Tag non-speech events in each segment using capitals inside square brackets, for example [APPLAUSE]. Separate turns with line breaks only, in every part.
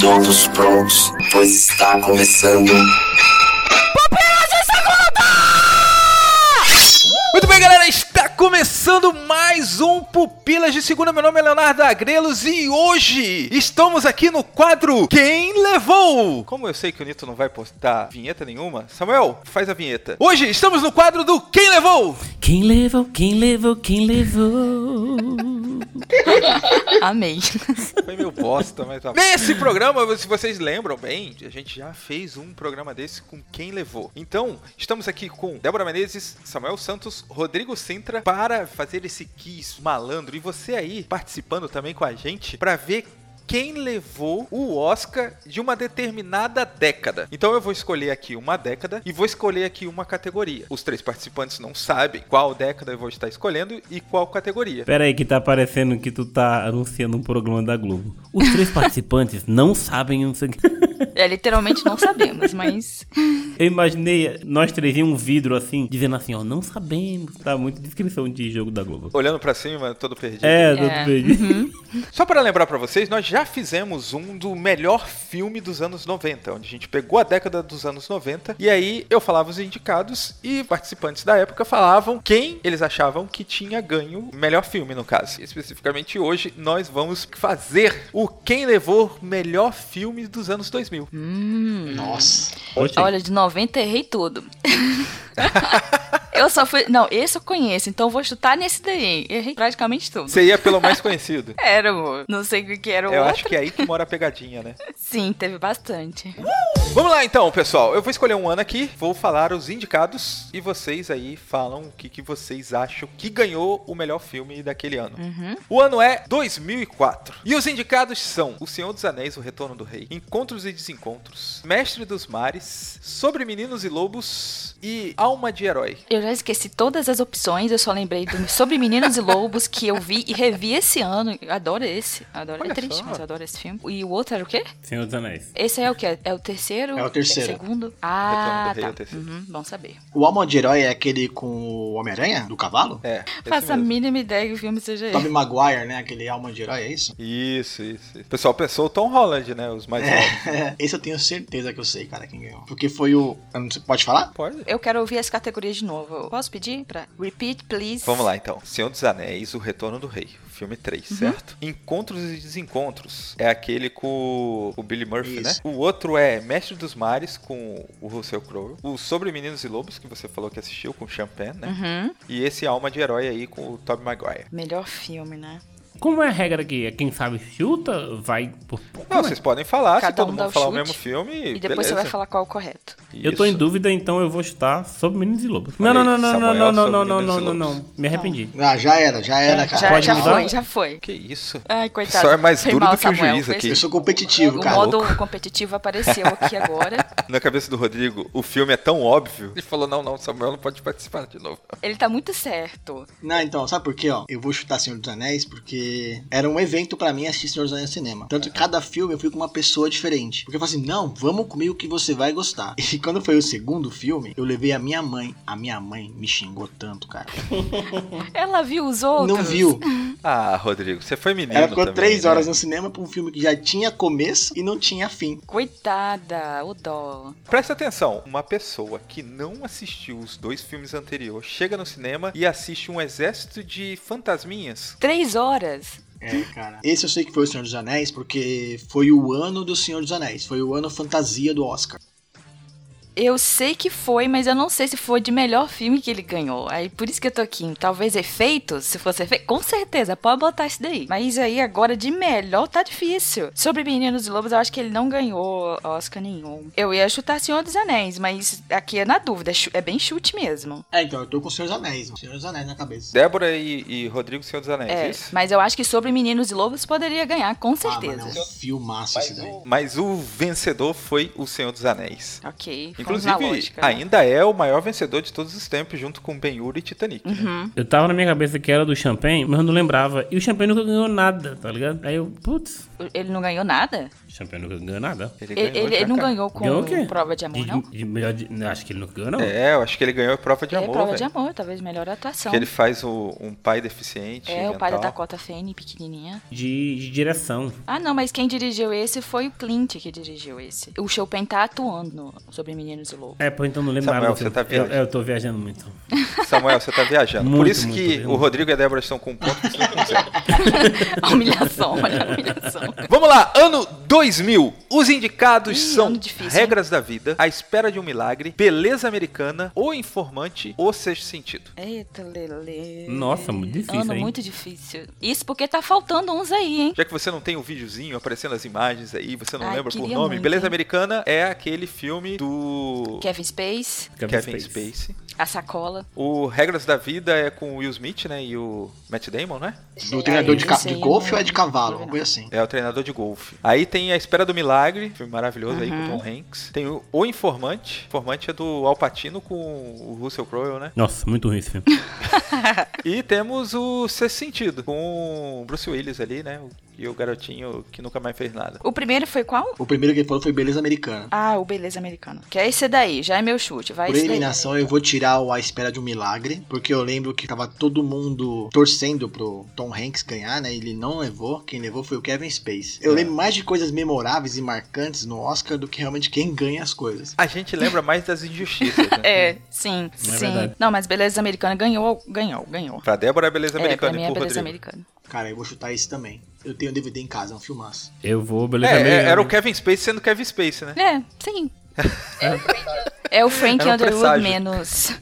todos prontos, pois está começando.
Muito bem, galera, está começando mais um Pupilas de Segunda. Meu nome é Leonardo Agrelos e hoje estamos aqui no quadro Quem Levou? Como eu sei que o Nito não vai postar vinheta nenhuma, Samuel, faz a vinheta. Hoje estamos no quadro do Quem Levou?
Quem levou, quem levou, quem levou?
Amei.
Foi meio bosta, mas tá. Nesse programa, se vocês lembram bem, a gente já fez um programa desse com quem levou. Então, estamos aqui com Débora Menezes, Samuel Santos, Rodrigo Sintra para fazer esse quiz malandro. E você aí participando também com a gente para ver quem levou o Oscar de uma determinada década. Então eu vou escolher aqui uma década e vou escolher aqui uma categoria. Os três participantes não sabem qual década eu vou estar escolhendo e qual categoria.
Pera aí que tá parecendo que tu tá anunciando um programa da Globo. Os três participantes não sabem um o [LAUGHS] que.
É, literalmente não sabemos, mas.
Eu imaginei nós três em um vidro assim, dizendo assim, ó, não sabemos. Tá muito descrição de jogo da Globo.
Olhando pra cima, todo perdido.
É,
É.
doutor Pedro.
Uhum. Só para lembrar para vocês, nós já fizemos um do melhor filme dos anos 90, onde a gente pegou a década dos anos 90 e aí eu falava os indicados e participantes da época falavam quem eles achavam que tinha ganho o melhor filme no caso. Especificamente hoje nós vamos fazer o quem levou melhor filme dos anos 2000.
Nossa.
Poxa,
Olha, de 90 errei tudo. eu só fui. Não, esse eu conheço, então eu vou chutar nesse daí. Errei praticamente tudo.
Seria pelo mais conhecido.
Era, amor. Não sei o que que era o
Eu
outro.
acho que é aí que mora a pegadinha, né?
Sim, teve bastante.
Vamos lá então, pessoal. Eu vou escolher um ano aqui, vou falar os indicados e vocês aí falam o que, que vocês acham que ganhou o melhor filme daquele ano. O ano é 2004. E os indicados são O Senhor dos Anéis, O Retorno do Rei, Encontros e Desencontros, Mestre dos Mares, Sobre Meninos e Lobos e Alma de Herói.
Eu já esqueci todas as opções, eu só lembrei do Sobre Meninos e Lobos, que eu vi e revi esse ano. Eu adoro esse. eu Adoro.
Olha
é triste,
só.
mas eu adoro esse filme. E o outro era o quê?
Senhor dos Anéis.
Esse é o quê? É o terceiro?
É o terceiro.
segundo? Ah,
Retorno do Rei
tá.
é o terceiro.
Uhum, bom saber.
O Alma de Herói é aquele com o Homem-Aranha? Do cavalo?
É, esse
Faça a
mesmo.
mínima ideia que o filme seja
Tommy
esse.
Maguire, né? Aquele Alma de Herói, é isso? [LAUGHS]
Isso, isso. isso. O pessoal pensou o Tom Holland, né? Os mais
É.
novos.
Esse eu tenho certeza que eu sei, cara, quem ganhou. Porque foi o. eu não sei- Pode falar?
Pode.
Eu quero ouvir as categorias de novo. Eu Posso pedir pra repeat, please?
Vamos lá então. Senhor dos Anéis, O Retorno do Rei. Filme
Uhum.
3, certo? Encontros e Desencontros. É aquele com o Billy Murphy,
Isso.
né? O outro é Mestre dos Mares com o Russell Crowe. O Sobre Meninos e Lobos, que você falou que assistiu com o Champagne, né?
Uhum.
E esse Alma de Herói aí com o Tobey Maguire.
Melhor filme, né?
Como é a regra que é quem sabe chuta, vai por pouco. né?
Não, vocês podem falar, se
Cada
todo
um dá
mundo
o
falar o
chute.
mesmo filme.
E depois você vai falar qual é o correto.
Eu tô em dúvida, então eu vou chutar sobre meninos e lobos. Não,
Olha
não, não,
aí,
não, não,
Samuel
não, não,
sobre
não, não,
meninos
não,
e
não,
lobos.
Me arrependi.
Ah, já era, já era, cara.
Já,
Pode
já
mudar?
foi, já foi.
Que isso?
Ai,
O
coitado.
pessoal é mais
Foi
duro
mal,
do que o
Samuel.
juiz
Fez-
aqui.
Eu sou competitivo,
O
cara.
modo competitivo apareceu
[LAUGHS]
aqui agora.
[LAUGHS] Na cabeça do Rodrigo, o filme é tão óbvio. Ele falou: não, não, Samuel não pode participar de novo.
Ele tá muito certo.
Não, então, sabe por quê, ó? Eu vou chutar Senhor dos Anéis porque era um evento pra mim assistir Senhor dos Anéis no cinema. Tanto
É.
que cada filme eu fui com uma pessoa diferente. Porque eu falei assim, não, vamos comigo que você vai gostar. [LAUGHS] E quando foi o segundo filme, eu levei a minha mãe. A minha mãe me xingou tanto, cara.
Ela viu os outros.
Não viu.
Ah, Rodrigo, você foi menino.
Ela ficou
também,
três
né?
horas no cinema pra um filme que já tinha começo e não tinha fim.
Coitada, o dó.
Presta atenção, uma pessoa que não assistiu os dois filmes anteriores chega no cinema e assiste um exército de fantasminhas.
Três horas.
É, cara. Esse eu sei que foi o Senhor dos Anéis, porque foi o ano do Senhor dos Anéis. Foi o ano fantasia do Oscar.
Eu sei que foi, mas eu não sei se foi de melhor filme que ele ganhou. Aí por isso que eu tô aqui. Talvez efeitos, se fosse efeito, com certeza, pode botar isso daí. Mas aí agora de melhor tá difícil. Sobre Meninos e Lobos, eu acho que ele não ganhou Oscar nenhum. Eu ia chutar Senhor dos Anéis, mas aqui é na dúvida, é chu- é bem chute mesmo.
É, então, eu tô com o Senhor dos Anéis. mano. Senhor dos Anéis na cabeça.
Débora e, e Rodrigo Senhor dos Anéis,
É,
isso?
mas eu acho que sobre Meninos e Lobos poderia ganhar, com
Ah, mano, é
certeza.
um filmaço esse daí.
Mas o vencedor foi o Senhor dos Anéis.
Ok,
Inclusive,
lógica, né?
ainda é o maior vencedor de todos os tempos, junto com Ben-Hur e Titanic. né?
Uhum.
Eu tava na minha cabeça que era do Champagne, mas eu não lembrava. E o Champagne nunca ganhou nada, tá ligado? Aí eu, putz,
Ele não ganhou nada?
o Champagne nunca ganhou nada.
Ele, ele-
já,
ele não
cara.
ganhou com
ganhou o quê?
prova de amor, não?
De, de melhor de- não, acho que ele nunca ganhou, não.
É, eu acho que ele ganhou a prova de
é
amor,
prova de
velho.
amor, talvez melhor atuação.
Que ele faz o- um pai deficiente.
É, o pai da
mental.
[LAUGHS] Dakota Fanny, pequenininha.
De, de direção.
Ah, não, mas quem dirigiu esse foi o Clint que dirigiu esse. O Chopin tá atuando no- sobre Meninos e Loucos. [LAUGHS]
É, pô, então não lembro
Samuel,
nada.
você tá
eu,
viajando.
eu tô viajando muito.
Samuel, você tá viajando. Por
Muito,
isso
muito,
que
viu?
o Rodrigo e a Débora estão com um ponto. que você não consegue.
A humilhação, olha a humilhação.
Vamos lá, ano 2000. Os indicados
Ih,
são
ano difícil, hein?
Regras da Vida, A Espera de um Milagre, Beleza Americana, O Informante, O Sexto Sentido.
Eita, Lele.
Nossa, muito difícil,
Ano
hein?
muito difícil. Isso porque tá faltando uns aí, hein?
Já que você não tem o videozinho aparecendo as imagens aí, você não
Ai,
lembra por
queria
nome,
muito,
Beleza
hein?
Americana é aquele filme do
Kevin Space,
Kevin Spacey.
a sacola.
O Regras da Vida é com o Will Smith, né, e o Matt Damon, né?
Do treinador de,
eu
ca-
sei,
de
eu
golfe
não-
ou é de
não
cavalo? Uma
lembro.
coisa assim.
É o treinador de golfe. Aí tem A Espera do Milagre, filme maravilhoso aí com o
Uhum.
Tom Hanks. Tem o O Informante. O Informante é do Al Pacino com o Russell Crowe, né?
Nossa, muito
[LAUGHS]
ruim esse filme.
E temos o Sexto Sentido, com o Bruce Willis ali, né? E o garotinho que nunca mais fez nada.
O primeiro foi qual?
O primeiro que ele falou foi Beleza Americana.
Ah, o Beleza Americana. Que é esse daí, já é meu chute. Vai
Por
esse daí.
eliminação, eu vou tirar o A Espera de um Milagre, porque eu lembro que tava todo mundo torcendo pro Tom Hanks ganhar, né? Ele não levou, quem levou foi o Kevin Space. Eu lembro mais de coisas memoráveis e marcantes no Oscar do que realmente quem ganha as coisas.
A gente lembra mais das injustiças, né?
[LAUGHS] É, sim, sim.
verdade.
Não, mas Beleza Americana ganhou, ganhou, ganhou.
Pra Débora é beleza
É, pra
americana
mim
e
é
pro
Beleza
Rodrigo.
Americana.
Cara, eu vou chutar esse também. Eu tenho DVD em casa, é um filmaço.
Eu vou, beleza.
É, é,
mesmo.
era o Kevin Space sendo Kevin Space, né?
É, sim. É o Frank
Era um
Underwood
presságio.
menos.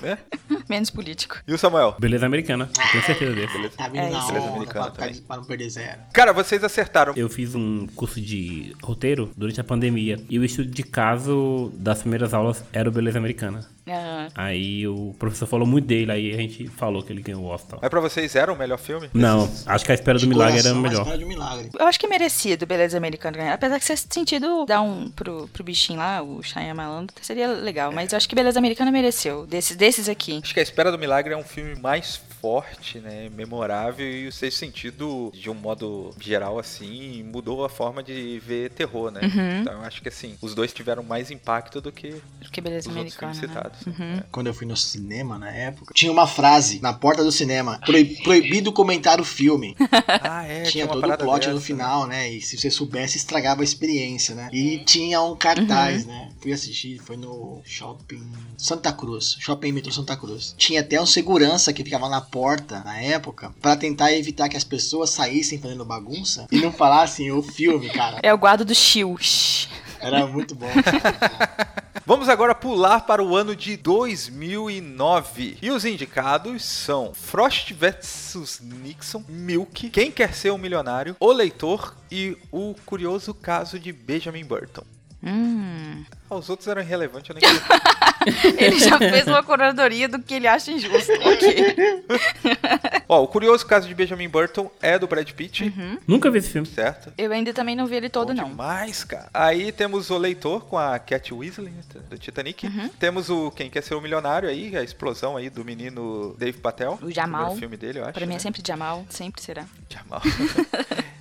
Né?
[LAUGHS] menos político.
E o Samuel?
Beleza americana, eu tenho certeza dele.
Tá vindo
É,
na
isso.
Beleza
um
onda
Americana
pra, pra-
também.
pra não perder zero.
Cara, vocês acertaram.
Eu fiz um curso de roteiro durante a pandemia e o estudo de caso das primeiras aulas era o Beleza Americana.
Ah,
Aí o professor falou muito dele, aí a gente falou que ele ganhou o Oscar.
Mas pra vocês era o melhor filme?
Não, acho que a espera do
De
milagre era o
coração, A
melhor.
Espera de um Milagre.
eu acho que é merecido Beleza Americana ganhar. Apesar que se esse sentido dar um pro, pro bichinho lá, o Shyamalan, seria
É.
legal. Mas eu acho que Beleza Americana mereceu. Desses, desses aqui.
Acho que A Espera do Milagre é um filme mais forte, né? Memorável e o sexto sentido, de um modo geral, assim, mudou a forma de ver terror, né?
Uhum.
Então eu acho que, assim, os dois tiveram mais impacto do que
Do que Beleza
os outros
Americana.
filmes
né?
citados. né? É.
Quando eu fui no cinema na época, tinha uma frase na porta do cinema: "Proib- proibido comentar o filme.
[LAUGHS] Ah, é,
tinha
uma
todo o
parada
plot
dessa,
no
né?
final, né? E se você soubesse, estragava a experiência, né?
Uhum.
E tinha um cartaz, né? Fui assistir, foi no shopping Santa Cruz, shopping metrô Santa Cruz. Tinha até um segurança que ficava na porta na época pra tentar evitar que as pessoas saíssem fazendo bagunça e não falassem o filme, cara.
É o guardo do Shield.
Era muito
[LAUGHS]
bom.
Vamos agora pular para o ano de 2009. E os indicados são Frost vs Nixon, Milk, Quem Quer Ser um Milionário, O Leitor e O Curioso Caso de Benjamin Burton.
Hum.
Ah, os outros eram irrelevantes, eu nem queria
Ele já
[LAUGHS]
fez uma curadoria do que ele acha injusto. Ok.
Ó, o curioso caso de Benjamin Burton é do Brad Pitt,
Nunca vi esse filme.
certo?
Eu ainda também não vi ele todo,
Bom
não.
Demais, cara. Aí temos o leitor com a Cat Weasley, né, do Titanic.
Uhum.
Temos o Quem Quer Ser o Milionário aí, a explosão aí do menino Dave Patel.
O Jamal.
Primeiro filme dele, eu acho.
Pra mim
né?
é sempre Jamal, sempre será.
Jamal. [LAUGHS]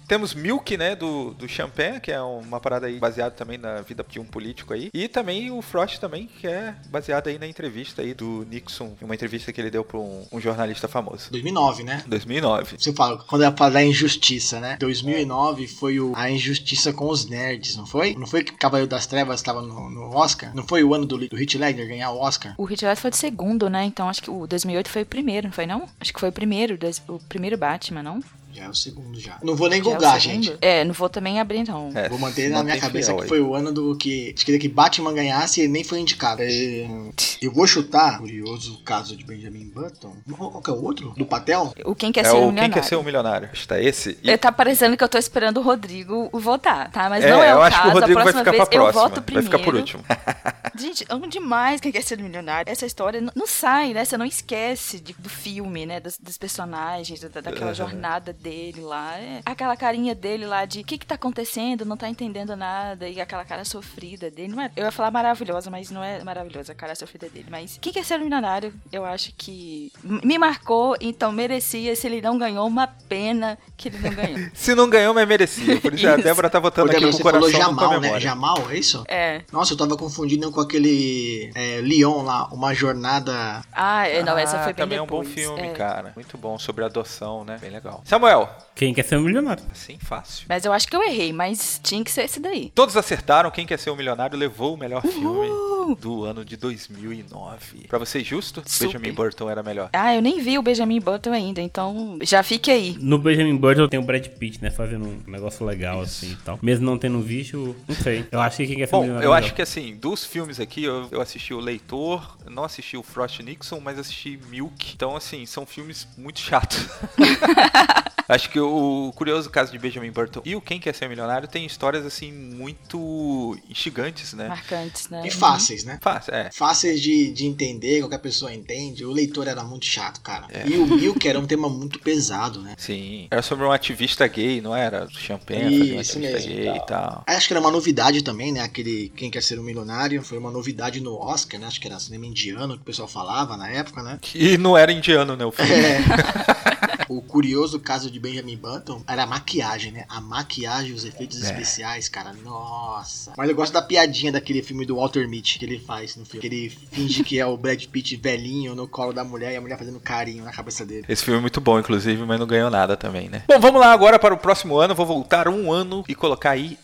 Temos Milk, né, do, do Champagne, que é uma parada aí baseada também na vida de um político aí. E também o Frost também, que é baseado aí na entrevista aí do Nixon, uma entrevista que ele deu pra um, um jornalista famoso.
2009, né?
2009.
Você fala, quando ela fala da injustiça, né? 2009 foi o, a injustiça com os nerds, não foi? Não foi que Cavaleiro das Trevas tava no, no Oscar? Não foi o ano do, do Heath Ledger ganhar o Oscar?
O Heath Ledger foi o segundo, né? Então acho que o 2008 foi o primeiro, não foi não? Acho que foi o primeiro, dois- o primeiro Batman, não?
Já é o segundo já. Não vou nem
Já é o
googar,
segundo?
gente.
É, não vou também abrir não.
É,
Vou manter
se
na minha
mantém
cabeça
fiel
que
aí.
foi o ano do que. Acho que que Batman ganhasse e ele nem foi indicado. É, Eu vou chutar. Curioso caso de Benjamin Button. Qual que é o outro? Do Patel?
O Quem Quer
é o
Ser um
Quem
Milionário.
Quer Ser um Milionário. Está esse. E
É, Tá parecendo que eu tô esperando o Rodrigo votar, tá? Mas
É,
não é o
eu
caso.
acho que o Rodrigo
a
vai
próxima
ficar
vez
pra próxima.
eu voto
Vai
primeiro.
ficar por último.
Gente, amo demais quem quer ser milionário. Essa história n- não sai, né? Você não esquece de- do filme, né? Dos, dos personagens, da, daquela
Aham.
jornada dele lá. É. Aquela carinha dele lá de o que que tá acontecendo, não tá entendendo nada. E aquela cara sofrida dele. Não é, eu ia falar maravilhosa, mas não é maravilhosa a cara sofrida dele. Mas quem quer ser milionário, eu acho que m- me marcou, então merecia. Se ele não ganhou, uma pena que ele
[LAUGHS]
não ganhou.
Se não ganhou, mas merecia. Por isso, a
Isso.
Débora tá votando
Porque
aqui com
você
o coração
falou
não com a
Jamal, né?
memória.
Jamal, é isso?
É.
Nossa, eu tava confundindo com aquele é, Leon lá, uma jornada.
Ah, é, não, essa
Ah,
foi bem
Também
depois.
é um bom filme,
é.
cara. Muito bom, sobre adoção, né? Bem legal. Samuel,
Quem quer ser um milionário?
assim fácil.
Mas eu acho que eu errei, mas tinha que ser esse daí.
Todos acertaram, quem quer ser um milionário levou o melhor filme do ano de 2009. Pra você, justo?
Super.
Benjamin Burton era melhor.
Ah, eu nem vi o Benjamin Button ainda, então já fique aí.
No Benjamin Burton tem o Brad Pitt, né? Fazendo um negócio legal assim e tal. Mesmo não tendo visto, não sei. Eu acho que quem quer ser um
Bom,
milionário.
eu acho que assim, dos filmes aqui, eu, eu assisti o Leitor, não assisti o Frost Nixon, mas assisti Milk. Então, assim, são filmes muito chatos. Acho que o curioso caso de Benjamin Burton e o Quem Quer Ser Milionário tem histórias, assim, muito instigantes,
É.
né?
Marcantes, né?
E fáceis, né?
Fácil, é.
Fáceis de, de entender, qualquer pessoa entende. O leitor era muito chato, cara.
É.
E o Milk era um tema muito pesado, né?
Sim. Era sobre um ativista gay, não era? Champagne,
Isso
fazia um ativista
mesmo, então.
gay e tal.
Acho que era uma novidade também, né? Aquele Quem Quer Ser um Milionário foi uma novidade no Oscar, né? Acho que era cinema indiano que o pessoal falava na época, né? É.
E não era indiano, né, o filme?
[LAUGHS] O curioso caso de Benjamin Button era a maquiagem, né? A maquiagem, os efeitos especiais, cara. Nossa. Mas eu gosto da piadinha daquele filme do Walter Mitty que ele faz no filme. Que ele finge que é o Brad Pitt velhinho no colo da mulher e a mulher fazendo carinho na cabeça dele.
Esse filme é muito bom, inclusive, mas não ganhou nada também, né? Bom, vamos lá agora para o próximo ano. Vou voltar um ano e colocar aí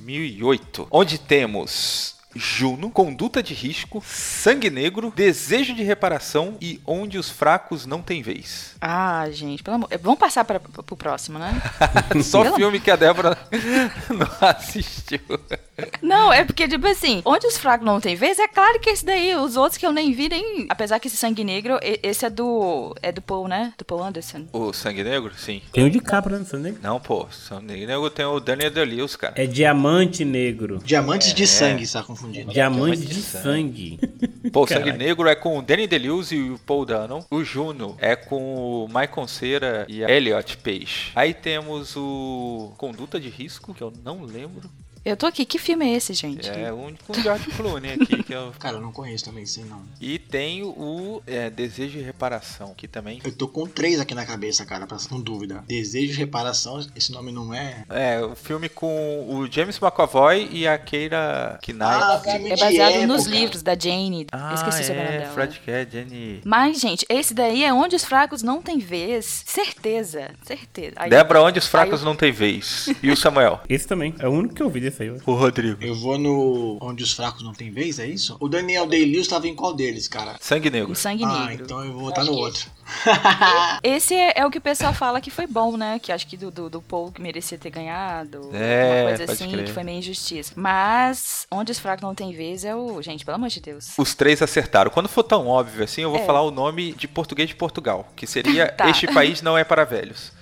2008, onde temos Juno, Conduta de Risco, Sangue Negro, Desejo de Reparação e Onde os Fracos Não Têm
[LAUGHS]
Vez.
Ah, gente, pelo amor. Vamos passar pra, pro próximo, né? [LAUGHS]
Só
Pelo-
filme que a Débora [LAUGHS] não assistiu.
não, é porque, tipo assim, onde os fracos não tem vez, é claro que esse daí, os outros que eu nem vi, nem. Apesar que esse sangue negro, e- esse é do. É do Paul, né? Do Paul Anderson.
O Sangue Negro? Sim.
Tem o de Capra, né? Você nem-
Não, pô. Sangue Negro tem o Daniel Day-Lewis, cara.
É Diamante Negro.
Diamantes de sangue, tá confundindo.
Diamante
de
de sangue.
Pô, o Sangue
Caralho.
Negro é com o Danny DeLuise e o Paul Dano. O Juno é com o Michael Cera e a Elliot Page. Aí temos o Conduta de Risco, que eu não lembro.
Eu tô aqui, que filme é esse, gente?
É o único com o George Clooney aqui. Que [LAUGHS] eu...
Cara, eu não conheço também, sei não.
E tem o é, Desejo de Reparação, que também...
Eu tô com três aqui na cabeça, cara, pra não dúvida. Desejo de reparação, esse nome não é.
É, o filme com o James McAvoy e a Keira
Ah,
Knight.
filme
É baseado
de
nos
época.
livros da Jane. Esqueci o sobrenome
é,
dela. né?
Fred Kerr, Jenny...
Mas, gente, esse daí é onde os fracos não têm vez. Certeza, certeza. Aí-
Débora, onde os fracos
Aí-
não têm vez? E o Samuel?
Esse também. É o único que eu vi desse aí.
o Rodrigo.
Eu vou no Onde os Fracos Não Tem Vez, é isso? O Daniel Day-Lewis tava em qual deles, cara?
Sangue
O
Negro.
sangue
Ah,
negro.
então eu vou votar no outro.
Esse é, é o que o pessoal fala que foi bom, né? Que acho que do, do, do Paul que merecia ter ganhado.
É,
uma coisa
pode
assim,
crer.
que foi meio injustiça. Mas, onde os fracos não têm vez é o. Gente, pelo amor de Deus.
Os três acertaram. Quando for tão óbvio assim, eu vou
É.
falar o nome de português de Portugal, que seria
[LAUGHS] Tá.
Este País Não É Para
[LAUGHS]
Velhos.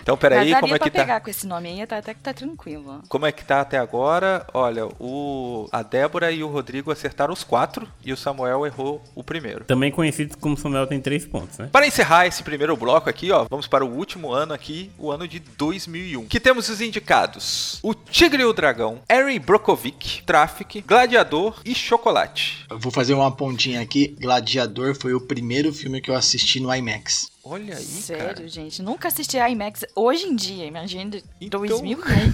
então,
Mas
peraí,
daria
como é
pra
que tá?
pegar com esse nome aí, tá, até que tá tranquilo.
Como é que tá até agora? Olha, o a Débora e o Rodrigo acertaram os quatro e o Samuel errou o primeiro.
Também conhecido como Samuel tem três pontos, né?
Para encerrar esse primeiro bloco aqui, ó, vamos para o último ano aqui, o ano de 2001. Que temos os indicados: O Tigre e o Dragão, Harry Brokovic, Traffic, Gladiador e Chocolate.
Eu vou fazer uma pontinha aqui. Gladiador foi o primeiro filme que eu assisti no IMAX.
Olha aí,
Sério,
cara.
gente. Nunca assisti a IMAX hoje em dia, imagina.
Então-
2000, né?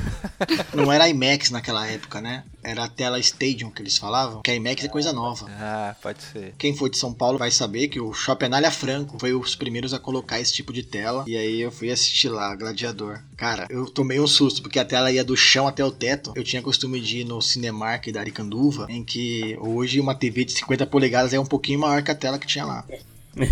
Não era IMAX naquela época, né? Era a tela Stadium que eles falavam, que a IMAX é coisa nova.
Ah, pode ser.
Quem for de São Paulo vai saber que o Chopenália Franco foi os primeiros a colocar esse tipo de tela. E aí eu fui assistir lá, Gladiador. Cara, eu tomei um susto, porque a tela ia do chão até o teto. Eu tinha costume de ir no Cinemark da Aricanduva, em que hoje uma TV de 50 polegadas é um pouquinho maior que a tela que tinha lá. Eu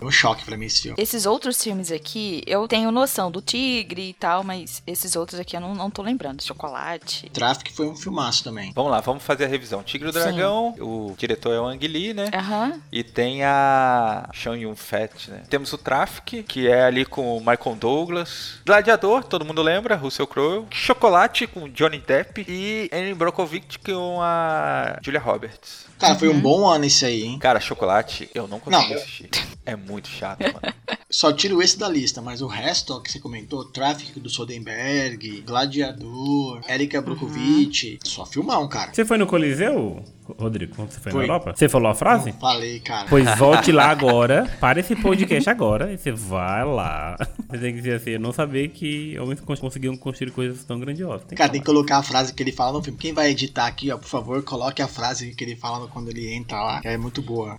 Foi um choque pra mim esse filme.
Esses outros filmes aqui, eu tenho noção do Tigre e tal, mas esses outros aqui eu não, não tô lembrando. Chocolate.
Traffic foi um filmaço também.
Vamos lá, vamos fazer a revisão. Tigre e o
Sim.
Dragão, o diretor é o Ang Lee, né?
Aham.
E tem a Sean Yun Fat, né? Temos o Traffic, que é ali com o Michael Douglas. Gladiador, todo mundo lembra, Russell Crowe. Chocolate com Johnny Depp. E Anne Brokovich com a Julia Roberts.
Cara, foi um bom ano esse aí, hein?
Cara, Chocolate, eu não consegui
Não.
assistir. É muito chato, mano. [LAUGHS]
Só tiro esse da lista, mas o resto ó, que você comentou, Tráfico do Soderbergh, Gladiador, Erika Brokovich, só filmão, cara.
Você foi no Coliseu, Rodrigo? Quando você foi,
Fui.
na Europa? Você falou a frase?
Não falei, cara.
Pois volte lá agora, para esse podcast agora e você vai lá. Você tem que dizer assim, eu não sabia que homens cons- conseguiam construir coisas tão grandiosas. Tem que
Cara, tem que
falar.
colocar a frase que ele fala no filme. Quem vai editar aqui, ó, por favor, coloque a frase que ele fala quando ele entra lá. que É muito boa.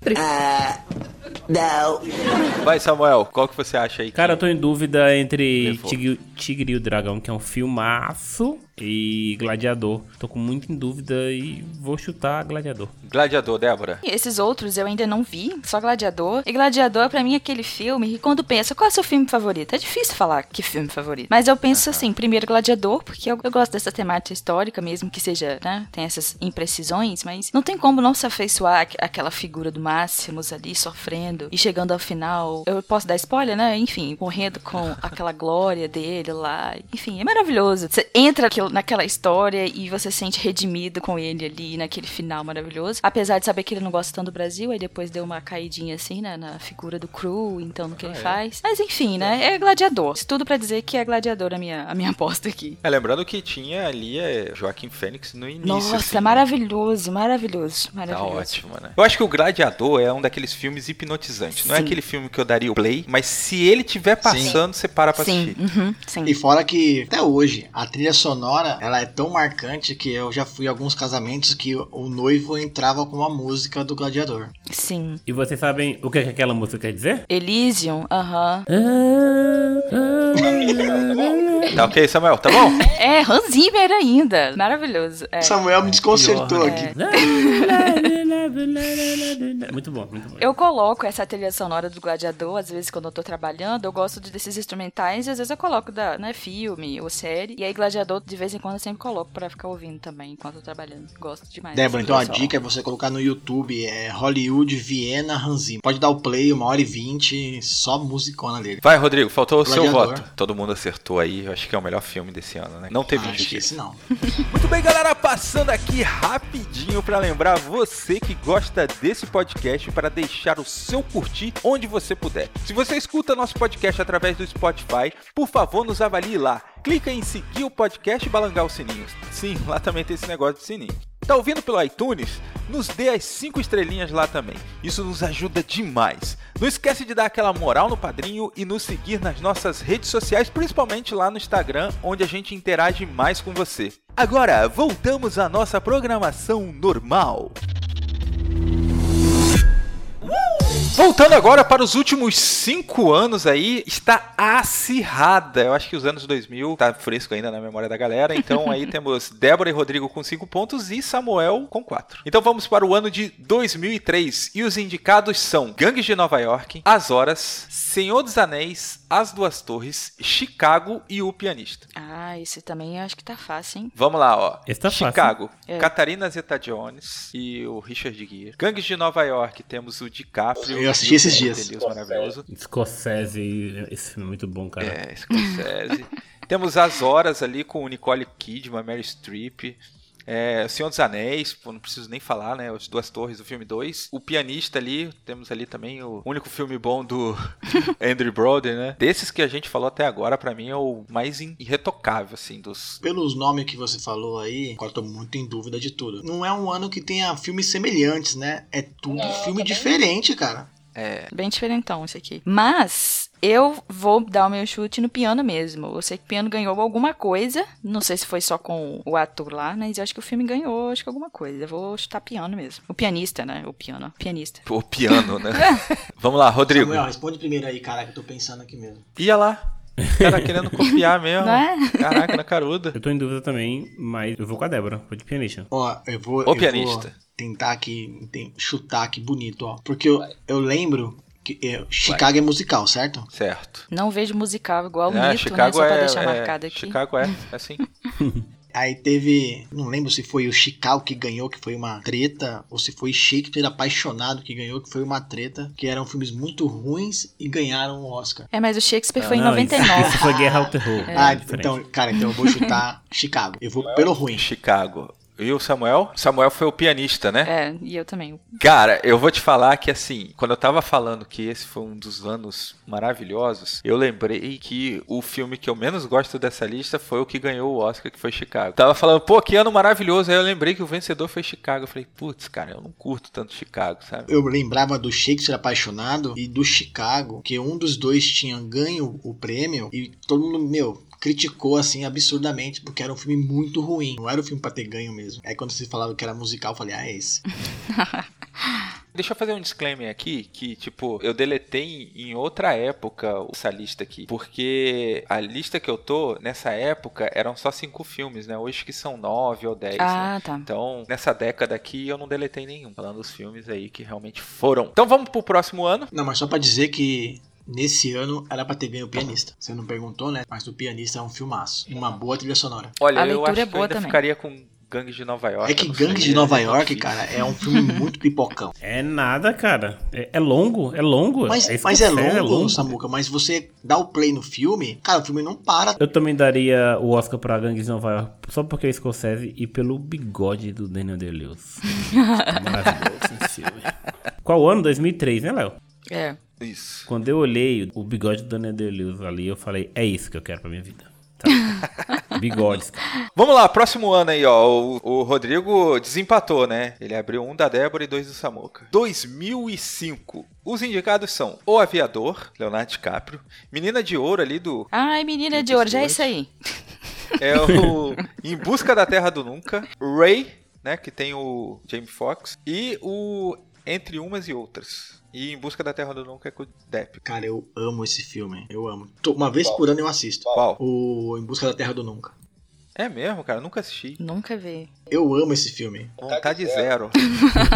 Vai, Samuel, qual que você acha aí? que-
Cara, eu tô em dúvida entre
Levou.
Tigre, Tigre e o Dragão, que é um filmaço, e Gladiador. Tô com muito em dúvida e vou chutar Gladiador.
Gladiador, Débora.
E Esses outros eu ainda não vi, só Gladiador. E Gladiador, pra mim, é aquele filme que quando pensa qual é o seu filme favorito, é difícil falar que filme favorito. Mas eu penso assim, primeiro Gladiador, porque eu, eu gosto dessa temática histórica, mesmo que seja, né, tem essas imprecisões, mas não tem como não se afeiçoar aqu- aquela figura do Máximos ali, sofrendo e chegando ao final. Eu posso dar spoiler, né? Enfim, morrendo com aquela glória dele lá. Enfim, é maravilhoso. Você entra aquilo- naquela história e você se sente redimido com ele ali naquele final maravilhoso. Apesar de saber que ele não gosta tanto do Brasil, aí depois deu uma caidinha assim, né, na figura do Crew, então no que
Ah, é?
ele faz. Mas enfim, né? É gladiador. Isso tudo pra dizer que é gladiador a minha, a minha [LAUGHS] aposta aqui.
É, lembrando que tinha ali é, Joaquim Fênix no início.
Nossa, é
assim, né?
maravilhoso, maravilhoso,
Tá
maravilhoso.
ótimo, né? Eu acho que o Gladiador é um daqueles filmes hipnotizantes. Não é
Sim.
aquele filme que eu daria o play, mas se ele tiver passando, você para pra
Sim,
assistir.
uhum, sim.
E fora que, até hoje, a trilha sonora, ela é tão marcante que eu já fui a alguns casamentos que o- o noivo entrava com a música do Gladiador.
Sim.
E vocês sabem o que, é que aquela música quer
[LAUGHS]
dizer?
Elysium, aham.
Tá ok, Samuel? Tá bom?
[LAUGHS] É, Hans Zimmer ainda. Maravilhoso. É.
Samuel me desconcertou
pior, né?
aqui.
É. [LAUGHS] Muito bom, muito bom.
Eu coloco essa trilha sonora do Gladiador, às vezes quando eu tô trabalhando, eu gosto de- desses instrumentais e às vezes eu coloco da, né, filme ou série. E aí Gladiador, de vez em quando, eu sempre coloco pra ficar ouvindo também enquanto eu tô trabalhando. Gosto demais.
Débora, então a
Pessoal.
dica é você colocar no YouTube é Hollywood Viena Hanzim. Pode dar o play, uma hora e vinte, só musicona dele.
Vai, Rodrigo, faltou o seu
Gladiador.
voto. Todo mundo acertou aí. Eu acho que é o melhor filme desse ano, né? Não teve
Ah, acho que
injustiça.
esse não.
Muito bem, galera, passando aqui rapidinho para lembrar você que gosta desse podcast para deixar o seu curtir onde você puder. Se você escuta nosso podcast através do Spotify, por favor, nos avalie lá. Clica em seguir o podcast e balangar o sininho. Sim, lá também tem esse negócio de sininho. Tá ouvindo pelo iTunes? Nos dê as 5 estrelinhas lá também. Isso nos ajuda demais. Não esquece de dar aquela moral no padrinho e nos seguir nas nossas redes sociais, principalmente lá no Instagram, onde a gente interage mais com você. Agora, voltamos à nossa programação normal. Voltando agora para os últimos cinco anos aí, está acirrada. Eu acho que os anos 2000 tá fresco ainda na memória da galera. Então
[LAUGHS]
aí temos Débora e Rodrigo com cinco pontos e Samuel com quatro. Então vamos para o ano de 2003 e os indicados são Gangues de Nova York, As Horas, Senhor dos Anéis, As Duas Torres, Chicago e O Pianista.
Ah, esse também eu acho que tá fácil, hein?
Vamos lá, ó.
Esse tá fácil.
Chicago,
É.
Catarina Zeta-Jones e o Richard Gere. Gangues de Nova York, temos o DiCaprio.
Eu assisti esses
e o
dias.
Deus maravilhoso.
Escocese, esse filme é muito bom, cara.
É, Scorsese. [LAUGHS] temos As Horas ali com o Nicole Kidman, Mary Streep. É, o Senhor dos Anéis, pô, não preciso nem falar, né? As Duas Torres, o filme 2. O Pianista ali, temos ali também o único filme bom do [LAUGHS] Andrew Brother, né? Desses que a gente falou até agora, pra mim é o mais in- irretocável, assim, dos.
Pelos nomes que você falou aí, agora eu tô muito em dúvida de tudo. Não é um ano que tenha filmes semelhantes, né? É tudo filme diferente, cara.
Bem diferentão esse aqui. Mas eu vou dar o meu chute no piano mesmo. Eu sei que o piano ganhou alguma coisa. Não sei se foi só com o ator lá, mas eu acho que o filme ganhou, acho que alguma coisa. Eu vou chutar piano mesmo. O pianista, né? O piano. Pianista.
O piano, né? Vamos lá, Rodrigo.
Samuel, responde primeiro aí, cara, que eu tô pensando aqui mesmo.
Ia lá. O cara querendo copiar mesmo.
Não é?
Caraca, na caruda.
Eu tô em dúvida também, mas eu vou com a Débora, vou de pianista.
Ó, eu vou.
Ô,
eu
pianista.
vou tentar aqui, tem- chutar aqui bonito, ó. Porque eu, eu lembro Que, é, Chicago é musical, certo?
Certo.
Não vejo musical igual o
É,
mito, né? Só pra deixar marcado aqui.
Chicago é, é assim.
Aí teve, não lembro se foi o Chicago que ganhou, que foi uma treta, ou se foi Shakespeare apaixonado que ganhou, que foi uma treta, que eram filmes muito ruins e ganharam o Oscar.
É, mas o Shakespeare foi em
Ah, Não, isso- É
99.
[LAUGHS] Isso foi Guerra ao Terror.
ah,
é diferente.
então, cara, então eu vou chutar [LAUGHS] Chicago. Eu vou pelo ruim.
Chicago. E o Samuel? Samuel foi o pianista, né?
É, e eu também.
Cara, eu vou te falar que assim, quando eu tava falando que esse foi um dos anos maravilhosos, eu lembrei que o filme que eu menos gosto dessa lista foi o que ganhou o Oscar, que foi Chicago. Tava falando, pô, que ano maravilhoso. Aí eu lembrei que o vencedor foi Chicago. Eu falei, putz, cara, eu não curto tanto Chicago, sabe?
Eu lembrava do Shakespeare apaixonado e do Chicago, que um dos dois tinha ganho o prêmio e todo mundo, meu, criticou assim absurdamente, porque era um filme muito ruim. Não era um filme pra ter ganho mesmo. Aí quando você falava que era musical, eu falei, ah, é esse.
Deixa eu fazer um disclaimer aqui, que tipo, eu deletei em outra época essa lista aqui, porque a lista que eu tô, nessa época, eram só cinco filmes, né? Hoje que são nove ou dez, né?
Ah, tá.
Então, nessa década aqui, eu não deletei nenhum. Falando dos filmes aí que realmente foram. Então vamos pro próximo ano.
Não, mas só pra dizer que nesse ano era pra ter ganho o pianista. Você não perguntou, né? Mas o pianista é um filmaço. Uma boa trilha sonora.
Olha,
A
eu
leitura
acho
é
que eu
boa
ainda
também.
ficaria com Gangue de Nova York.
É que
não sei,
Gangue de Nova
é tão
York,
difícil.
cara, é um filme muito [LAUGHS] pipocão.
É nada, cara. É, é longo, é longo.
Mas
isso que
mas é
eu sei,
longo, Samuca, mas você dá o play no filme, cara, o filme não para.
Eu também daria o Oscar pra Gangues de Nova York só porque é escocese e pelo bigode do Daniel
[LAUGHS]
Day-Lewis. Tá Maravilhoso esse filme. Qual ano? 2003, né, Léo?
É.
Isso.
Quando eu olhei o bigode do Daniel Day-Lewis ali, eu falei, é isso que eu quero pra minha vida. Tá?
[LAUGHS]
Bigodes, cara.
Vamos lá, próximo ano aí, ó. O, o Rodrigo desempatou, né? Ele abriu um da Débora e dois do Samuca. 2005. Os indicados são O Aviador, Leonardo DiCaprio. Menina de Ouro ali do.
Ai, menina de ouro, já é isso aí.
É o Em Busca da Terra do Nunca. Ray, né? Que tem o Jamie Foxx. E o Entre Umas e Outras. E Em Busca da Terra do Nunca é com o Depp.
Cara, eu amo esse filme. Eu amo. Tô- Uma vez por ano eu assisto.
Qual?
O Em Busca da Terra do Nunca.
É mesmo, cara? Nunca assisti.
Nunca vi.
Eu amo esse filme.
Vontade zero.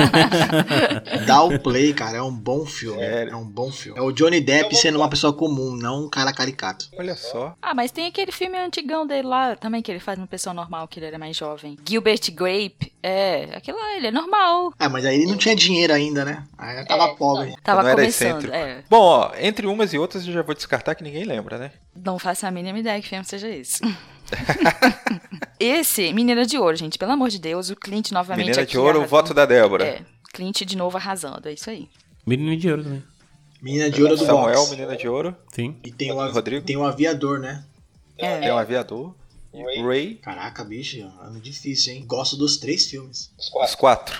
[LAUGHS]
Dá o play, cara. É um bom filme.
Sério?
É um bom filme. É o Johnny Depp sendo uma pessoa comum, não um cara caricato.
Olha só.
Ah, mas tem aquele filme antigão dele lá também que ele faz no pessoal normal, que ele era mais jovem. Gilbert Grape. É, aquele lá, ele é normal.
Ah, mas aí ele não tinha dinheiro ainda, né? Aí eu
É, então.
tava pobre.
Tava
Não era
começando.
excêntrico.
É.
Bom, ó, entre umas e outras eu já vou descartar que ninguém lembra, né?
Não faço a mínima ideia que filme seja esse. [LAUGHS] esse, Menina de Ouro, gente. Pelo amor de Deus, o Clint novamente
Menina
aqui
de Ouro, o
arrasando.
voto da Débora.
É, Clint de novo arrasando, é isso aí.
Menino de ouro também.
Menina de ouro do
Então, Samuel,
box.
Menina de Ouro.
Sim.
E tem o, av-
Rodrigo.
tem o aviador, né?
É.
Tem um aviador. Ray.
Caraca, bicho, é um ano difícil, hein? Gosto dos três
[LAUGHS]
filmes.
Os quatro.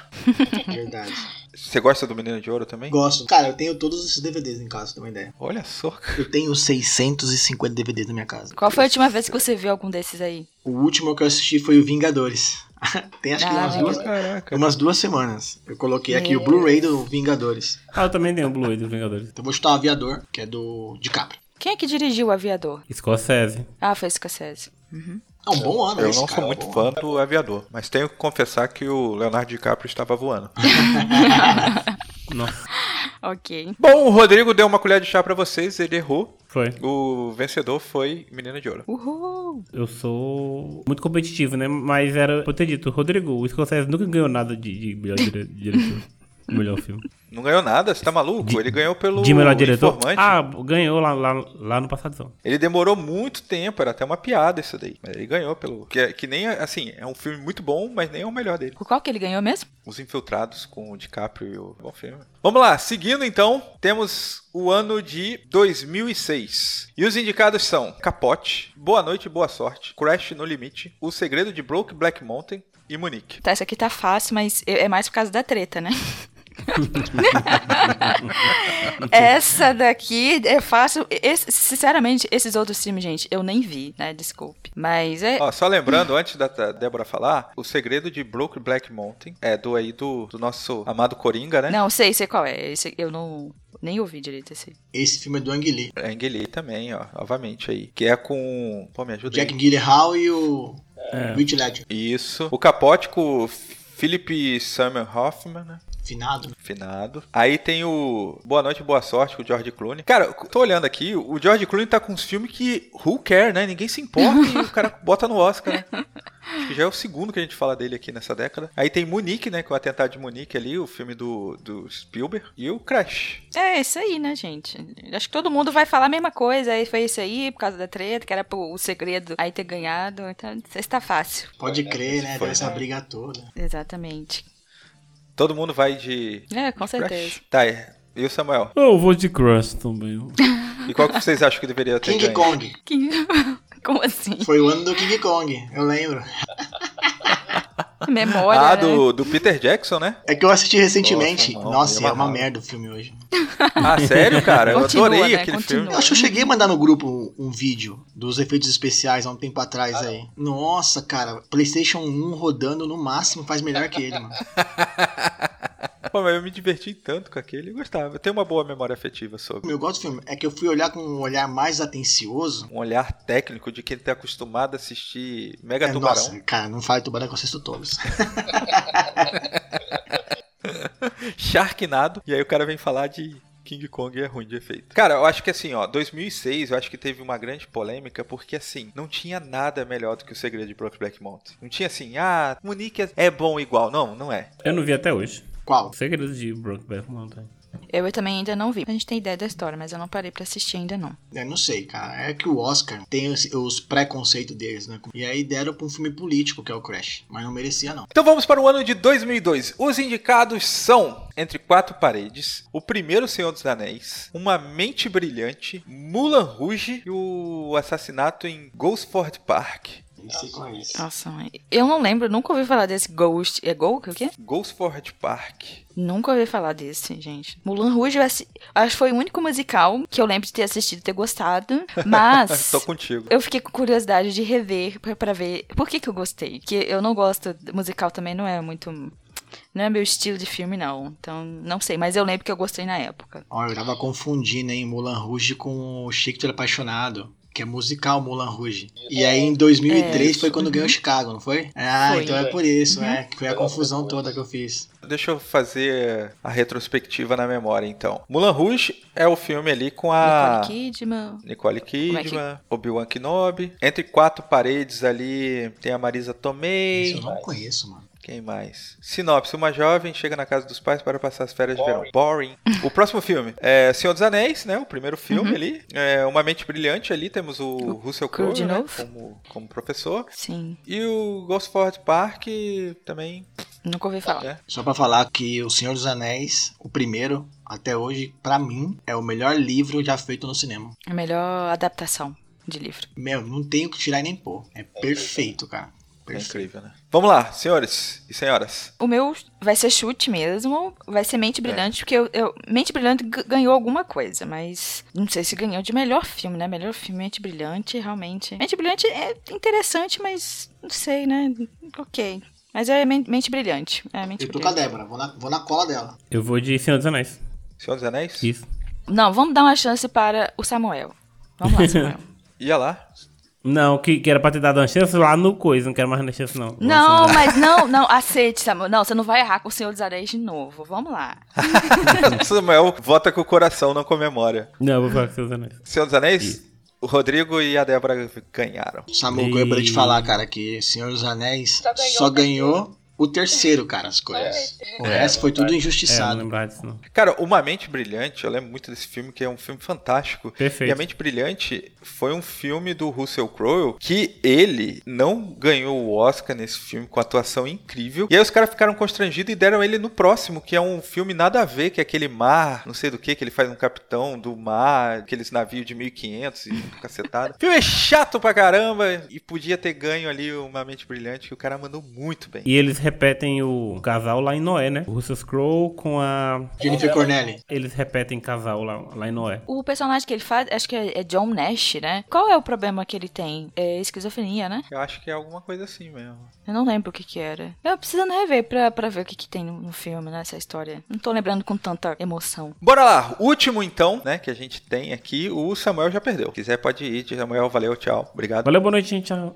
Verdade.
Você gosta do Menina de Ouro também?
Gosto. Cara, eu tenho todos esses DVDs em casa, pra você ter uma ideia.
Olha só, cara.
Eu tenho 650 DVDs na minha casa.
Qual foi a última vez que você viu algum desses aí?
O último que eu assisti foi o Vingadores. [LAUGHS] tem acho que
Ah,
umas duas,
Caraca.
umas duas semanas. Eu coloquei aqui o
Meu
Blu-ray do Vingadores.
Ah, eu também tenho o Blu-ray dos Vingadores.
Então eu vou chutar o Aviador, que é do DiCaprio.
Quem é que dirigiu o Aviador?
Escocese.
Ah, foi o Scorsese. Uhum.
É um bom ano
Eu
esse,
não
cara,
sou
é um
muito
bom
fã do aviador, mas tenho que confessar que o Leonardo DiCaprio estava voando. [LAUGHS]
Nossa,
Ok.
Bom, o Rodrigo deu uma colher de chá pra vocês, ele errou.
foi.
O vencedor foi Menina de Ouro.
Uhul!
Eu sou muito competitivo, né? Mas era. Eu ter dito, Rodrigo, o Scorsese nunca ganhou nada de, de melhor dire- [LAUGHS] diretor. melhor filme.
Não ganhou nada, você tá maluco? ele ganhou pelo
de melhor diretor?
informante.
Ah, ganhou lá, lá, lá no passadão.
Ele demorou muito tempo, era até uma piada isso daí. Mas ele ganhou pelo. Que, é- que nem, assim, é um filme muito bom, mas nem é o melhor dele.
Por qual que ele ganhou mesmo?
Os Infiltrados com o DiCaprio e o. Bom filme. Vamos lá, seguindo então, temos o ano de 2006. E os indicados são Capote, Boa Noite, e Boa Sorte, Crash no Limite, O Segredo de Broke Black Mountain e Munique.
Tá, essa aqui tá fácil, mas é é mais por causa da treta, né? [LAUGHS] essa daqui é fácil. Esse- sinceramente, esses outros filmes, gente, eu nem vi, né? Desculpe. Mas é.
Ó, só lembrando, antes da, da Débora falar, o segredo de Broke Black Mountain é do aí do, do nosso amado Coringa, né?
Não, sei, sei qual é. Esse, eu não. Nem ouvi direito esse.
Esse filme é do Ang Lee.
É Anguili também, ó, novamente aí. Que é com. Pô, me ajuda aí.
Jack Gyllenhaal e o Heath Ledger.
Isso. O Capote com o Philip Summer Hoffman, né?
Finado.
Finado. Aí tem o Boa Noite, Boa Sorte com o George Clooney. Cara, tô olhando aqui, o George Clooney tá com uns filmes que who care, né? Ninguém se importa e o cara bota no Oscar, né? Acho que já é o segundo que a gente fala dele aqui nessa década. Aí tem Munique, né? Que é o Atentado de Munique ali, o filme do, do Spielberg. E o Crash.
É, isso aí, né, gente? Acho que todo mundo vai falar a mesma coisa. Aí foi isso aí, por causa da treta, que era pro, o segredo aí ter ganhado. Então, está fácil.
Pode crer, né?
É, Foi,
Deu essa
né?
briga toda.
Exatamente.
Todo mundo vai de.
É, com certeza.
Crash. Tá, é. E o Samuel?
Eu vou de Crush também.
E qual que vocês acham que deveria ter
King
ganho?
Kong.
Que- [LAUGHS] Como
[LAUGHS]
assim?
Foi o ano do King Kong, eu lembro.
Memória.
Ah,
né?
do, do Peter Jackson, né?
É que eu assisti recentemente.
Nossa, não,
Nossa,
eu
é uma
amava.
merda o filme hoje.
Ah, sério, cara? Eu
Continua,
adorei
né?
aquele
Continua.
Eu
filme.
acho que eu cheguei a mandar no grupo um, um vídeo dos efeitos especiais há um tempo atrás aí. Nossa, cara, PlayStation 1 rodando no máximo faz melhor que
[LAUGHS]
ele, mano.
Pô, mas eu me diverti tanto com aquele. Eu gostava. Eu tenho uma boa memória afetiva sobre.
Eu gosto do filme. É que eu fui olhar com um olhar mais atencioso.
Um olhar técnico de quem tá acostumado a assistir Mega
É,
Tubarão.
nossa, cara, não fale tubarão que eu assisto todos.
Sharknado. E aí o cara vem falar de King Kong é ruim de efeito. Cara, eu acho que assim, ó, 2006, eu acho que teve uma grande polêmica porque assim, não tinha nada melhor do que o Segredo de Brokeback Mountain. Não tinha assim, ah, Munique é- é bom igual. Não, não é.
[LAUGHS] Eu não vi até hoje.
Qual?
O segredo de Brokeback Mountain.
Eu também ainda não vi. A gente tem ideia da história, mas eu não parei pra assistir ainda não.
Eu não sei, cara. É que o Oscar tem os, os preconceitos deles, né? E aí deram pra um filme político, que é o Crash. Mas não merecia, não.
Então vamos para o ano de 2002. Os indicados são Entre Quatro Paredes, O Primeiro Senhor dos Anéis, Uma Mente Brilhante, Mulan Rouge e o assassinato em Gosford Park.
Não sei qual é isso.
Nossa, mãe. eu não lembro, nunca ouvi falar desse Ghost. É Gol? O quê?
Gosford Park.
Nunca ouvi falar desse, gente. Mulan Rouge, eu assi- acho que foi o único musical que eu lembro de ter assistido e
[LAUGHS]
ter gostado. Mas.
Ah, Tô contigo.
Eu fiquei com curiosidade de rever pra, pra ver por que, que eu gostei. Porque eu não gosto. Musical também não é muito. Não é meu estilo de filme, não. Então, não sei. Mas eu lembro que eu gostei na época.
Ó, eu tava confundindo, hein, Mulan Rouge com o Shakespeare Apaixonado. Que é musical Mulan Rouge. E aí em 2003 foi quando ganhou Chicago, não É. foi? Ah,
Foi.
então é por isso, é. Que foi a confusão toda que eu fiz.
Deixa eu fazer a retrospectiva na memória, então. Mulan Rouge é o filme ali com a
Nicole Kidman.
Nicole
Como é que-
Kidman, Obi-Wan Kenobi. Entre quatro paredes ali tem a Marisa Tomei.
Isso eu não conheço, mano.
Quem mais? Sinopse: Uma jovem chega na casa dos pais para passar as férias de verão. Boring. O próximo filme é Senhor dos Anéis, né? O primeiro filme ali. É Uma mente brilhante ali. Temos o Russell Crowe
Crowe de
né,
novo.
como, como professor.
Sim,
E o Gosford Park também.
nunca ouvi falar.
É.
Só pra falar que O Senhor dos Anéis, o primeiro, até hoje, pra mim, é o melhor livro já feito no cinema.
A melhor adaptação de livro.
Meu, não tenho que tirar e nem pôr. É perfeito, cara.
É
Perfeito.
incrível, né? Vamos lá, senhores e senhoras.
O meu vai ser chute mesmo, vai ser Mente Brilhante, porque eu, eu- Mente Brilhante g- ganhou alguma coisa, mas não sei se ganhou de melhor filme, né? Melhor filme, Mente Brilhante, realmente. Mente Brilhante é interessante, mas não sei, né? Ok. Mas é Men- Mente Brilhante. É Mente
Eu tô com a
Brilhante.
Débora, vou na, vou na cola dela.
Eu vou de Senhor dos Anéis.
Senhor dos Anéis?
Isso.
Não, vamos dar uma chance para o Samuel. Vamos lá, Samuel.
Ia lá. [LAUGHS]
Não, que, que era pra ter dado uma chance lá no coisa, não quero mais na chance, não.
não, mas não, não, aceite, Samuel. Não, você não vai errar com o Senhor dos Anéis de novo. Vamos lá.
Samuel vota com o coração, não com a memória.
Não, eu vou falar com Senhor dos Anéis.
Senhor dos Anéis? O Rodrigo e a Débora ganharam.
Samu,
E-
eu pra te falar, cara, que Senhor dos Anéis só ganhou, o terceiro, cara, as coisas. O resto foi tudo
É, eu não
injustiçado.
lembrava disso, não.
Cara, Uma Mente Brilhante, eu lembro muito desse filme, que é um filme fantástico.
Perfeito.
E A Mente Brilhante foi um filme do Russell Crowe que ele não ganhou o Oscar nesse filme com atuação incrível. E aí os caras ficaram constrangidos e deram ele no próximo, que é um filme nada a ver, que é aquele mar, não sei do que, que ele faz um capitão do mar, aqueles navios de 1500 e [LAUGHS] cacetada. o filme é chato pra caramba e podia ter ganho ali Uma Mente Brilhante, que o cara mandou muito bem.
E eles repetem o casal lá em Noé, né? O Russell Crowe com a.
Jennifer Cornelli.
Eles repetem casal lá, lá em Noé.
O personagem que ele faz, acho que é é John Nash, né? Qual é o problema que ele tem? É esquizofrenia, né?
Eu acho que é alguma coisa assim mesmo.
Eu não lembro o que que era. Eu precisando rever pra, pra ver o que que tem no, no filme, nessa história. Não tô lembrando com tanta emoção.
Bora lá, último então, né, que a gente tem aqui, o Samuel já perdeu. Se quiser pode ir, Samuel, valeu, tchau, obrigado.
Valeu, boa noite, gente. [LAUGHS] Tchau.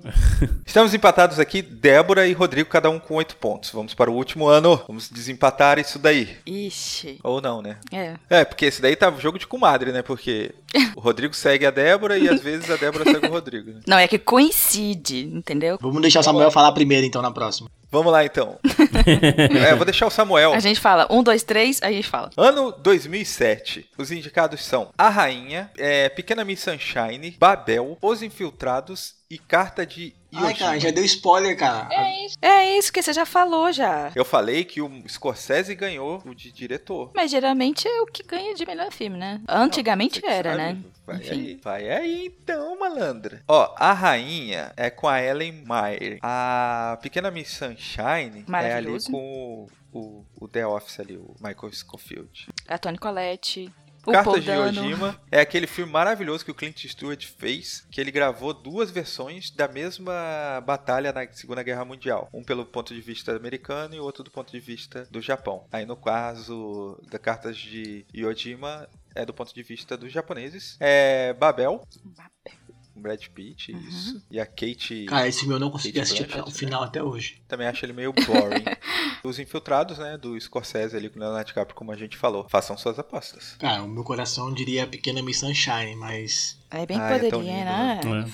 Estamos empatados aqui, Débora e Rodrigo, cada um com oito pontos. Vamos para o último ano. Vamos desempatar isso daí.
Ixi.
Ou não, né?
É.
É, porque esse daí tá jogo de comadre, né?
[LAUGHS]
Porque o Rodrigo segue a Débora e às vezes a Débora segue o Rodrigo. né?
Não, é que coincide, entendeu?
Vamos deixar o Samuel falar primeiro, então, na próxima.
Vamos lá então. é, eu vou deixar o Samuel.
A gente fala um, dois, três, aí a gente fala.
Ano 2007. Os indicados são A Rainha, é, Pequena Miss Sunshine, Babel, Os Infiltrados e Carta de
Ai, cara,
Iojima.
já deu spoiler, cara.
É isso que você já falou já.
Eu falei que o Scorsese ganhou o de diretor.
Mas geralmente é o que ganha de melhor filme, né? Antigamente era, né?
Vai
Enfim.
aí, vai aí então, malandra. Ó, a rainha é com a Ellen Mayer. A pequena Miss Sunshine é ali
Maravilhoso.
com o, o, o The Office ali, o Michael Scofield.
A Toni Collette, o
Carta
Paul
de
Dano.
Yojima é aquele filme maravilhoso que o Clint Stewart fez, que ele gravou duas versões da mesma batalha na Segunda Guerra Mundial. Um pelo ponto de vista americano e outro do ponto de vista do Japão. Aí no caso da Carta de Yojima é do ponto de vista dos japoneses. É Babel, com Brad Pitt, isso. E a Kate
Cara, Ah, esse filme eu não consegui
Kate
assistir até o
Blanchett,
final até hoje.
também acho ele meio
[LAUGHS]
boring. Os infiltrados, né, do Scorsese ali com o Leonardo DiCaprio, como a gente falou. Façam suas apostas.
Cara, o meu coração diria Pequena Miss Sunshine, mas.
Aí bem
Ah, é
poderia,
tão lindo,
né?
né?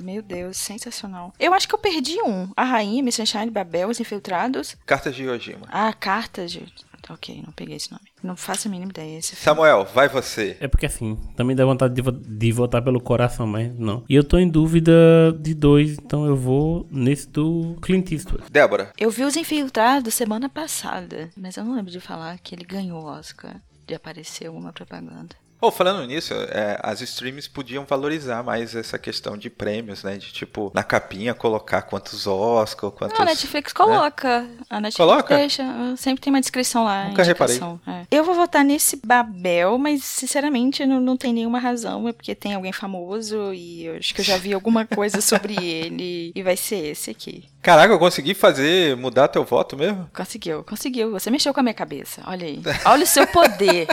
Meu Deus, sensacional. Eu acho que eu perdi um. A Rainha, Miss Sunshine, Babel, Os Infiltrados.
Cartas de Yojima.
Ah, Carta de... Ok, não peguei esse nome. Não faço a mínima ideia. Esse filme.
Samuel, vai você.
É porque assim, também dá vontade de, vo- de votar pelo coração, mas não. E eu tô em dúvida de dois, então eu vou nesse do Clint Eastwood.
Débora,
Eu vi Os Infiltrados semana passada, mas eu não lembro de falar que ele ganhou o Oscar. De aparecer alguma propaganda.
Ou falando nisso, é, as streams podiam valorizar mais essa questão de prêmios, né? De tipo, na capinha colocar quantos Oscar, quantos.
Não, né, tipo- a Netflix coloca. A Netflix
É? Coloca?
deixa. Sempre tem uma descrição lá.
Nunca reparei.
indicação, é. Eu vou votar nesse Babel, mas sinceramente não, não tem nenhuma razão. É porque tem alguém famoso e eu acho que eu já vi alguma coisa
[LAUGHS]
sobre ele. E vai ser esse aqui.
Caraca, eu consegui fazer mudar teu voto mesmo?
Conseguiu, conseguiu. Você mexeu com a minha cabeça. Olha aí. Olha o seu poder.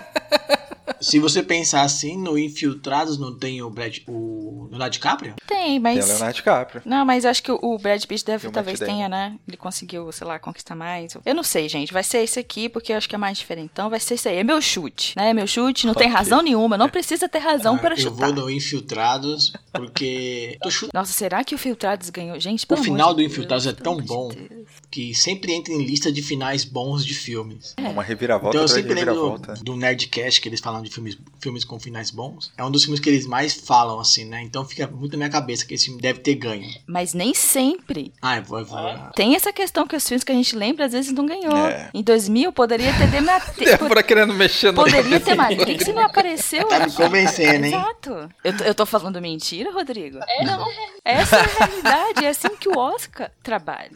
Se você pensar assim, no Infiltrados não tem o Brad. o Leonardo DiCaprio?
Tem,
Tem o
mas.
Leonardo DiCaprio.
Não, mas acho que o Brad Pitt
E
deve,
o
talvez
Matt Damon.
tenha, né? Ele conseguiu, sei lá, conquistar mais. Eu não sei, gente. Vai ser esse aqui, porque eu acho que é mais diferente. Então vai ser esse aí. É meu chute, né? É meu chute. Não tem
Ok.
razão nenhuma. Não precisa ter razão
Ah,
para
eu
chutar.
vou no Infiltrados, porque. Tô chutando
Nossa, será que o Filtrados ganhou? Gente, pelo amor
final
de
do
Deus,
Infiltrados é
pelo
tão
amor de
bom.
Deus.
que sempre entra em lista de finais bons de filmes.
É.
Uma reviravolta
Então eu
atrás de
sempre lembro
reviravolta.
do, do Nerdcast que eles falam de filmes, filmes com finais bons. É um dos filmes que eles mais falam, assim, né? Então fica muito na minha cabeça que esse filme deve ter ganho.
Mas nem sempre.
Ah, eu vou. eu vou-
Tem essa questão que os filmes que a gente lembra às vezes não ganhou.
É.
Em 2000 poderia
[LAUGHS]
ter demate...
Débora querendo mexer no
Poderia ter Matrix e não apareceu.
Tá me convencendo, hein?
Exato. Eu, tô- eu tô falando mentira, Rodrigo? Não. Essa é a realidade. É assim que o Oscar trabalha.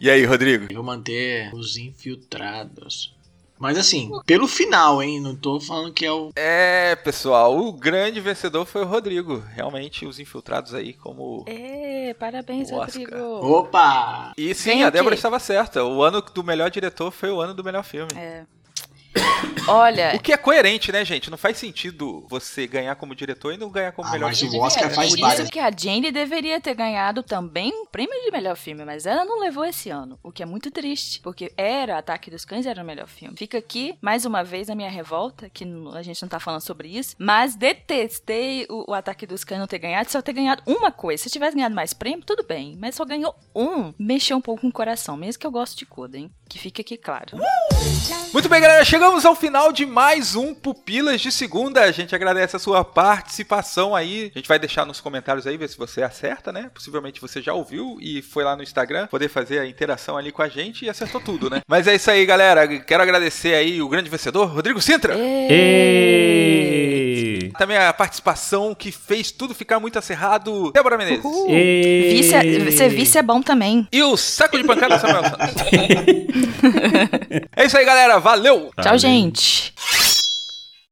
E aí, Rodrigo?
Eu vou manter os infiltrados. Mas assim, pelo final, hein? Não tô falando que é o.
É, pessoal, o grande vencedor foi o Rodrigo. Realmente, os infiltrados aí como...
É, parabéns,
Oscar.
Rodrigo.
Opa!
E sim,
Ganhou
a
o quê?
Débora estava certa. O ano do melhor diretor foi o ano do melhor filme.
É. Olha,
O que é coerente, né, gente? Não faz sentido você ganhar como diretor e não ganhar como
Ah,
melhor
mas
filme.
o Oscar
é,
faz
por
várias.
isso que a Jane deveria ter ganhado também o prêmio de melhor filme, mas ela não levou esse ano, o que é muito triste, porque era Ataque dos Cães era o melhor filme. Fica aqui, mais uma vez, a minha revolta, que n- a gente não tá falando sobre isso, mas detestei o, o Ataque dos Cães não ter ganhado, só ter ganhado uma coisa. Se tivesse ganhado mais prêmio, tudo bem, mas só ganhou um. Mexeu um pouco com o coração, mesmo que eu gosto de Coda, hein? Que fica aqui claro.
Muito bem, galera, chegamos ao final de mais um Pupilas de Segunda. A gente agradece a sua participação aí. A gente vai deixar nos comentários aí, ver se você acerta, né? Possivelmente você já ouviu e foi lá no Instagram poder fazer a interação ali com a gente e acertou tudo, né? Mas é isso aí, galera. Quero agradecer aí o grande vencedor, Rodrigo Sintra.
É.
Ê!
Também a participação que fez tudo ficar muito acerrado, Débora Menezes.
Uhul.
Ê!
Vice é- ser vice é bom também.
E o saco de pancada, Samuel Santos. é isso aí, galera. Valeu!
Tchau, gente.